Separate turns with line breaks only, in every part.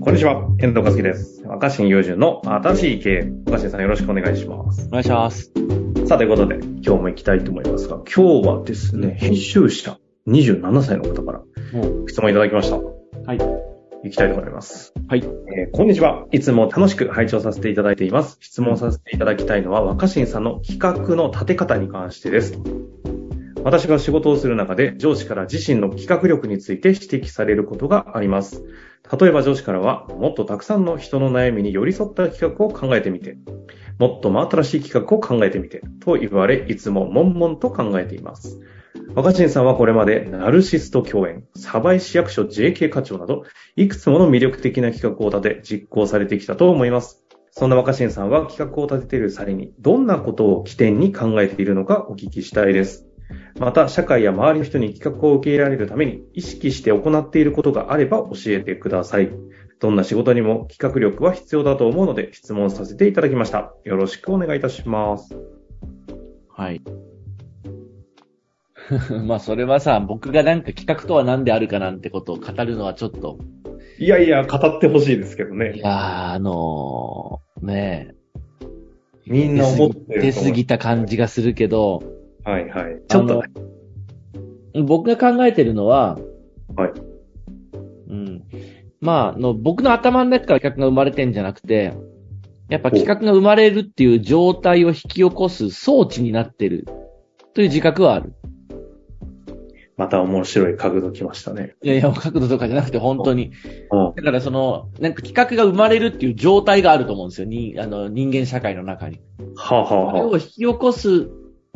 こんにちは、遠藤和樹です。若新雄純の新しい経営。若新さんよろしくお願いします
お。願いします。
さあ、ということで、今日も行きたいと思いますが、今日はですね、編集者、27歳の方から質問いただきました。
はい。
行きたいと思います。
はい
えーこんにちは。いつも楽しく拝聴させていただいています。質問させていただきたいのは、若新さんの企画の立て方に関してです。私が仕事をする中で、上司から自身の企画力について指摘されることがあります。例えば上司からは、もっとたくさんの人の悩みに寄り添った企画を考えてみて、もっと真新しい企画を考えてみて、と言われ、いつも悶々と考えています。若新さんはこれまで、ナルシスト共演、サバイ市役所 JK 課長など、いくつもの魅力的な企画を立て、実行されてきたと思います。そんな若新さんは企画を立てている際に、どんなことを起点に考えているのかお聞きしたいです。また、社会や周りの人に企画を受け入れられるために、意識して行っていることがあれば教えてください。どんな仕事にも企画力は必要だと思うので、質問させていただきました。よろしくお願いいたします。
はい。 まあ、それはさ、僕がなんか企画とは何であるかなんてことを語るのはちょっと、
いやいや、語ってほしいですけど
い
ね。
やー、あのー、ね
み
え、
んな思ってる
出
と
過
思う
ぎた感じがするけど、
はいはい。ちょっとね、
僕が考えてるのは、
はい。
うん。まあ、あの、僕の頭の中から企画が生まれてんじゃなくて、やっぱ企画が生まれるっていう状態を引き起こす装置になってるという自覚はある。
また面白い角度来ましたね。
いやいや、角度とかじゃなくて本当に。
うん。
だからその、なんか企画が生まれるっていう状態があると思うんですよ。にあの人間社会の中に。
はあ、はあ
それ
は
を引き起こす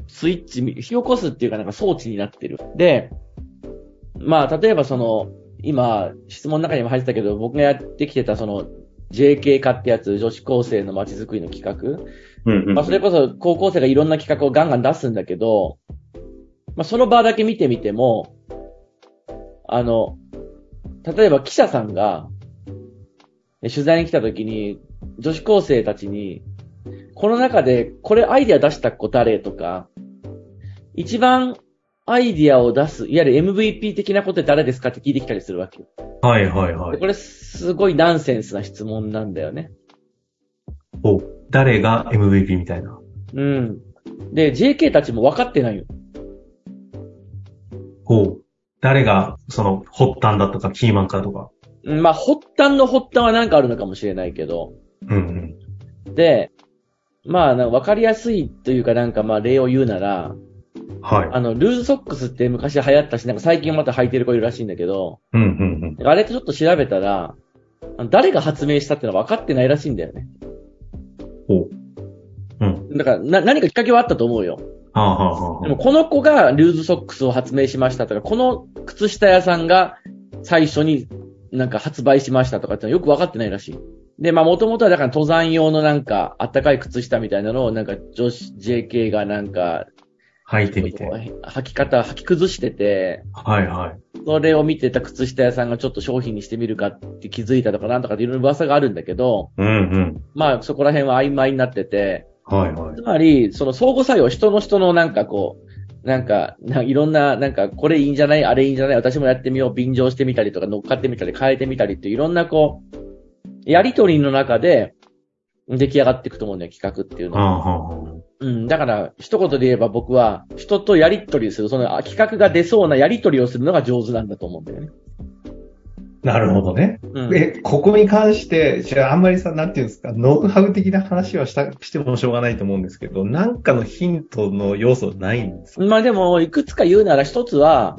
スイッチ、引き起こすっていうかなんか装置になってる。で、まあ、例えばその、今、質問の中にも入ってたけど、僕がやってきてたその、JK 化ってやつ、女子高生の街づくりの企画。
うんうんうん。
まあ、それこそ高校生がいろんな企画をガンガン出すんだけど、まあ、その場だけ見てみても、あの、例えば記者さんが、え取材に来た時に、女子高生たちに、この中でこれアイディア出した子誰とか、一番アイディアを出す、いわゆる MVP 的なことって誰ですかって聞いてきたりするわけよ。
はいはいは
で
い。
これすごいナンセンスな質問なんだよね。
お誰が MVP みたいな。
うん。で、JK たちも分かってないよ。
ほう。誰が、その、発端だとか、キーマンかとか。
まあ、発端の発端はなんかあるのかもしれないけど。
うん
で、まあ、なんか分かりやすいというかなんかまあ例を言うなら、
うん。はい。
あの、ルーズソックスって昔流行ったし、なんか最近また履いてる子いるらしいんだけど、
うんうんうん。
あれってちょっと調べたら、あの誰が発明したってのは分かってないらしいんだよね。
ほう。うん。
だから、な、何かきっかけはあったと思うよ。
はあはあはあ
で
は
も、この子がルーズソックスを発明しましたとか、この靴下屋さんが最初になんか発売しましたとかってのはよくわかってないらしい。で、まあ、もともとはだから登山用のなんか、あったかい靴下みたいなのをなんか女子 JK がなんか、
あ。履いてみて。
履き方、履き崩してて、
はいはい。
それを見てた靴下屋さんがちょっと商品にしてみるかって気づいたとかなんとかっていろいろ噂があるんだけど、
うん
まあ、そこら辺は曖昧になってて、
うん。はいはい
つ。まり、その相互作用、人の人のなんかこう、なんか、ないろんな、なんか、これいいんじゃないあれいいんじゃない私もやってみよう。便乗してみたりとか、乗っかってみたり、変えてみたりっていう、いろんなこう、やりとりの中で、出来上がっていくと思うんだよ、企画っていうの
あ
は。
あはあはあ。
うん、だから、一言で言えば僕は、人とやりとりする、そのあ企画が出そうなやりとりをするのが上手なんだと思うんだよね。
なるほどね。
うん。
え、ここに関して、じゃああんまりさ、なんていうんですか、ノウハウ的な話はした、してもしょうがないと思うんですけど、なんかのヒントの要素ないんですか
まあでも、いくつか言うなら一つは、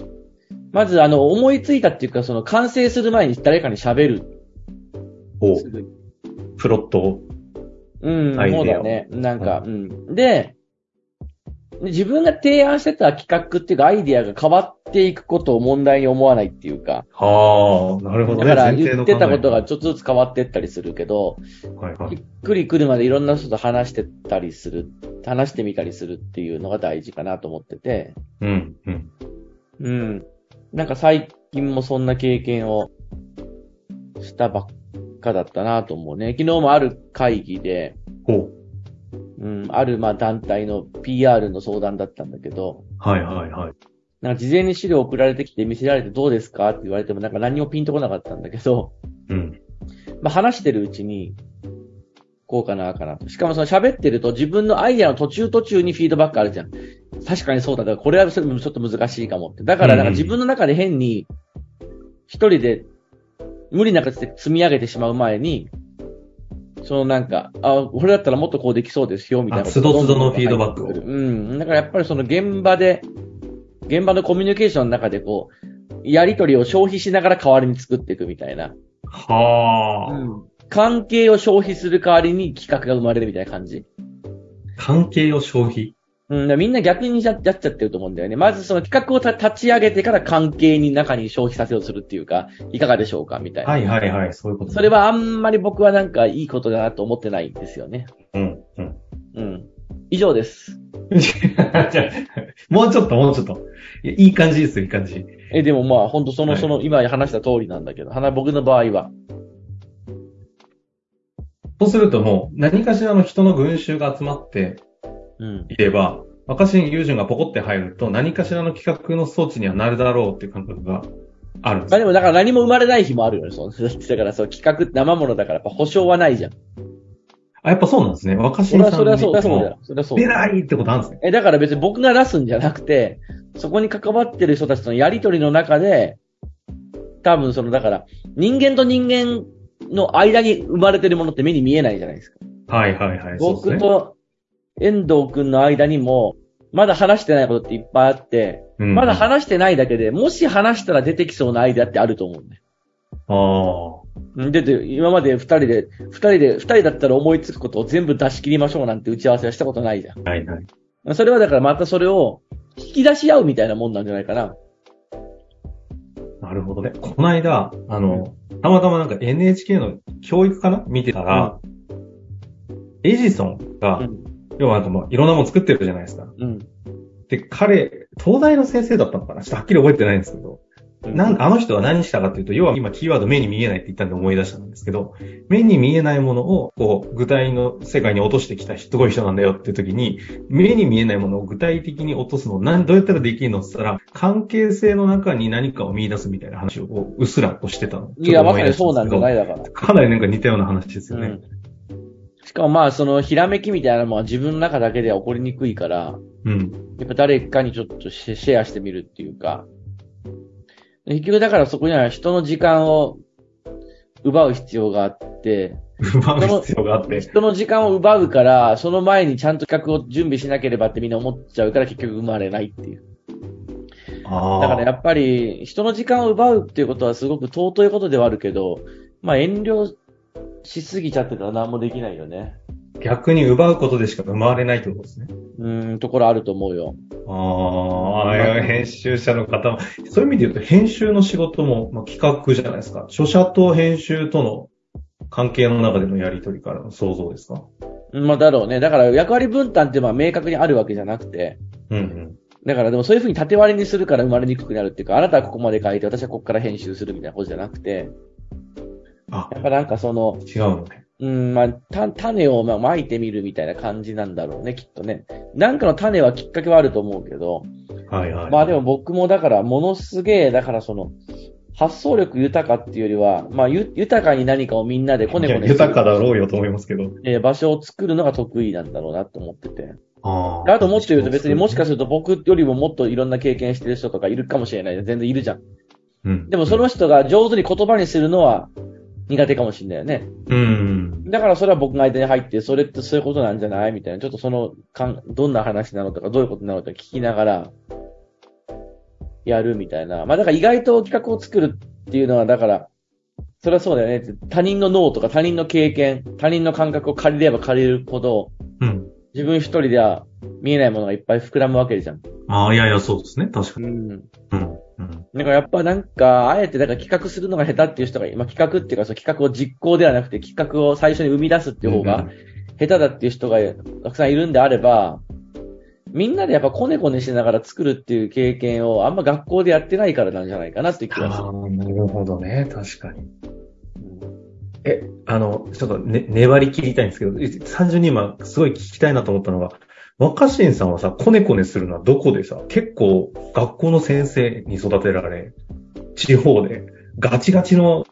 まず、あの、思いついたっていうか、その、完成する前に誰かに喋る。
こ
すぐ
う、プロットを。
うん、
アイデア
そう
を
だね。なんか、うん。で、自分が提案してた企画っていうか、アイデアが変わっていくことを問題に思わないっていうか、
はあ、なるほど
だか
ね。
ら
前提
言
の
ってたこと
考え
がちょっとずつ変わっていったりするけど、
はいは
ゆ
い。
っくり来るまでいろんな人と話してたりする、話してみたりするっていうのが大事かなと思ってて、
うん、うん。
うん。なんか最近もそんな経験をしたばっかだったなと思うね。昨日もある会議で、
こう。
うん、あるまあ団体の PR の相談だったんだけど、
はいはいはい。
なんか事前に資料送られてきて見せられてどうですかって言われてもなんか何もピンとこなかったんだけど、
うん。
まあ、話してるうちに、こうかな、ああかなと。しかもその喋ってると自分のアイデアの途中途中にフィードバックあるじゃん。確かにそうだ。だからこれはそれもちょっと難しいかもって。だからなんか自分の中で変に、一人で無理な形で積み上げてしまう前に、そのなんか、あ、これだったらもっとこうできそうですよ、みたいな。
あ都度都度のフィードバックを
うん。だからやっぱりその現場で、現場のコミュニケーションの中でこう、やりとりを消費しながら代わりに作っていくみたいな。
はあ。
関係を消費する代わりに企画が生まれるみたいな感じ。
関係を消費。
うん、だからみんな逆にやっちゃってると思うんだよね。まずその企画をた立ち上げてから関係に中に消費させようとするっていうか、いかがでしょうかみたいな。
はいはいはい、そういうこと。
それ。はあんまり僕はなんかいいことだなと思ってないんですよね。
うん、うん。
うん。以上です。
じゃあ もうちょっともうちょっと。いやいい感じですよ、いい感じ。
え、でもまあ本当その、
はい
その今話した通りなんだけど、花僕の場合は。
そうするともう、何かしらの人の群衆が集まって
うん。
いれば、若新雄純がポコって入ると、何かしらの企画の装置にはなるだろうっていう感覚があるんです
まあでもだから何も生まれない日もあるよね、そう。だからそう、企画って生物だからやっぱ保証はないじゃん。
あ、やっぱそうなんですね。若
そ
新
れは
さん
それはそう、それはそうだ
も
よ。それはそうだ
出
よ。
ないってことなんですね。
え、だから別に僕が出すんじゃなくて、そこに関わってる人たちとのやりとりの中で、多分その、だから、人間と人間の間に生まれてるものって目に見えないじゃないですか。
はいはいはい。そうで
僕
すね。
と遠藤くんの間にも、まだ話してないことっていっぱいあって、
うん
まだ話してないだけで、もし話したら出てきそうなアイデアってあると思うんだよ。
ああ。
うんだって、今まで二人で、二人で、二人だったら思いつくことを全部出し切りましょうなんて打ち合わせはしたことないじゃん。
はいはい。
それはだからまたそれを引き出し合うみたいなもんなんじゃないかな。
なるほどね。この間、あの、たまたまなんか NHK の教育かな見てたら、エジソンが、
うん。
要はなんかまあいろんなもの作ってるじゃないですか。
うん。
で、彼、東大の先生だったのかなちょっとはっきり覚えてないんですけど、なん、あの人は何したかっていうと、要は今キーワード目に見えないって言ったんで思い出したんですけど、目に見えないものを、こう、具体の世界に落としてきた人、すごい人なんだよっていう時に、目に見えないものを具体的に落とすの、なん、どうやったらできるのって言ったら、関係性の中に何かを見出すみたいな話を、こううっすらとしてたの。
いや、まさにそうなんじ
だ
ゃないだから。
かなりなんか似たような話ですよ
う
ね。
ん。しかもまあ、その、ひらめきみたいなのは自分の中だけでは起こりにくいから、
うん。
やっぱ誰かにちょっとシェシェアしてみるっていうか、結局だからそこには人の時間を奪う必要があって、
奪う必要があって。
人の時間を奪うから、その前にちゃんと企画を準備しなければってみんな思っちゃうから結局生まれないっていう。
ああ。
だからやっぱり、人の時間を奪うっていうことはすごく尊いことではあるけど、まあ遠慮しすぎちゃってたら何もできないよね。
逆に奪うことでしか生まれないってことですね。
うーん、ところあると思うよ。
ああ、いや編集者の方も、そういう意味で言うと編集の仕事も、まあ、企画じゃないですか。著者と編集との関係の中でのやりとりからの想像ですか
うんまあだろうね。だから役割分担ってまあ明確にあるわけじゃなくて、
うん
だからでもそういうふうに縦割りにするから生まれにくくなるっていうか、あなたはここまで書いて私はここから編集するみたいなことじゃなくて、
うん。あ、
やっぱなんかその、
違うのね。
うん、まあ、た、種をまあ撒いてみるみたいな感じなんだろうね、きっとね。なんかの種はきっかけはあると思うけど、
はいはい。
まあでも僕もだから、ものすげえ、だからその、発想力豊かっていうよりは、まあゆ豊かに何かをみんなでこ
い
ね
や、
こね
豊かだろうよと思いますけど。
えー場所を作るのが得意なんだろうなと思ってて。
あ
であともっと言うと別にもしか
し
すると僕よりももっといろんな経験してる人とかいるかもしれないじゃん。全然いるじゃん。
うん。
でもその人が上手に言葉にするのは苦手かもしれないよね。
うん。
だからそれは僕が間に入って、それってそういうことなんじゃないみたいな。ちょっとそのかん、どんな話なのとか、どういうことなのとか聞きながら、やるみたいな。まあだから意外と企画を作るっていうのは、だから、それはそうだよね。他人の脳とか他人の経験、他人の感覚を借りれば借りるほど、
うん。
自分一人では見えないものがいっぱい膨らむわけじゃん。
ああ、いやいや、そうですね。確かに。
ん。
うん。うん。
なんかやっぱなんか、あえてだから企画するのが下手っていう人が、まあ企画っていうかその企画を実行ではなくて企画を最初に生み出すっていう方が、
うん
下手だっていう人がたくさんいるんであれば、みんなでやっぱコネコネしながら作るっていう経験をあんま学校でやってないからなんじゃないかなっていう気
あ
がする。
あ、なるほどね。確かに。え、あの、ちょっとね、粘り切りたいんですけど、30人今すごい聞きたいなと思ったのが、若新さんはさ、コネコネするのはどこでさ、結構学校の先生に育てられ、地方でガチガチの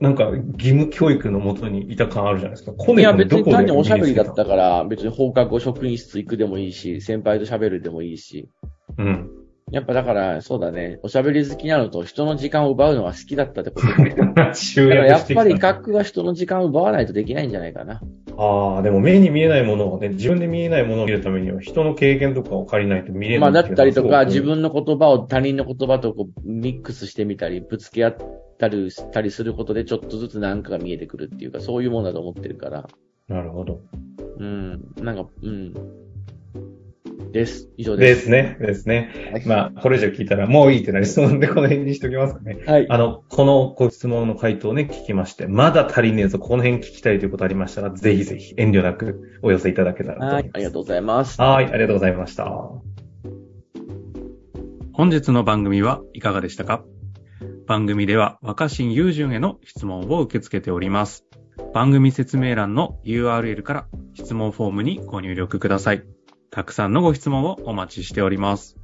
なんか義務教育のもとにいた感あるじゃないですか。コ
い
ネ
や、
コネ
別
ど
に
こで
単に
身
お
に
しゃべりだ
つ
っ
け
たから、別に放課後職員室行くでもいいし、先輩と喋るでもいいし。
た。うん。
やっぱだから、そうだね、おしゃべり好きなのと人の時間を奪うのが好きだったってこと だね
集
だからや
約し
って
き
ぱ
た。
り格は人の時間を奪わないとできないんじゃないかな。
ああ、でも目に見えないものをね、自分で見えないものを見るためには人の経験とかを借りないと見れ
ま
ない
あだったりとか、
ってい
自
うのは
分の言葉を他人の言葉とこうミックスしてみたり、ぶつけ合ったりしたりすることで、ちょっとずつ何かが見えてくるっていうか、そういうもんだと思ってるか
す
ら。
ごく。なるほど。
うん、なんか、うん。です。以上
で
です。
すね。ですね。まあ、これ以上聞いたらもういいってなりそうなんで、この辺にしときますかね。
はい。
あの、このご質問の回答をね、聞きまして、まだ足りねえぞ、この辺聞きたいということありましたら、ぜひぜひ遠慮なくお寄せいただけたらと思
はいい、あ
ま
り
す
が。とうございます。
はい、ありがとうございました。
本日の番組はいかがでしたか番組では若新雄純への質問を受け付けております。番組説明欄の URL から質問フォームにご入力ください。たくさんのご質問をお待ちしております。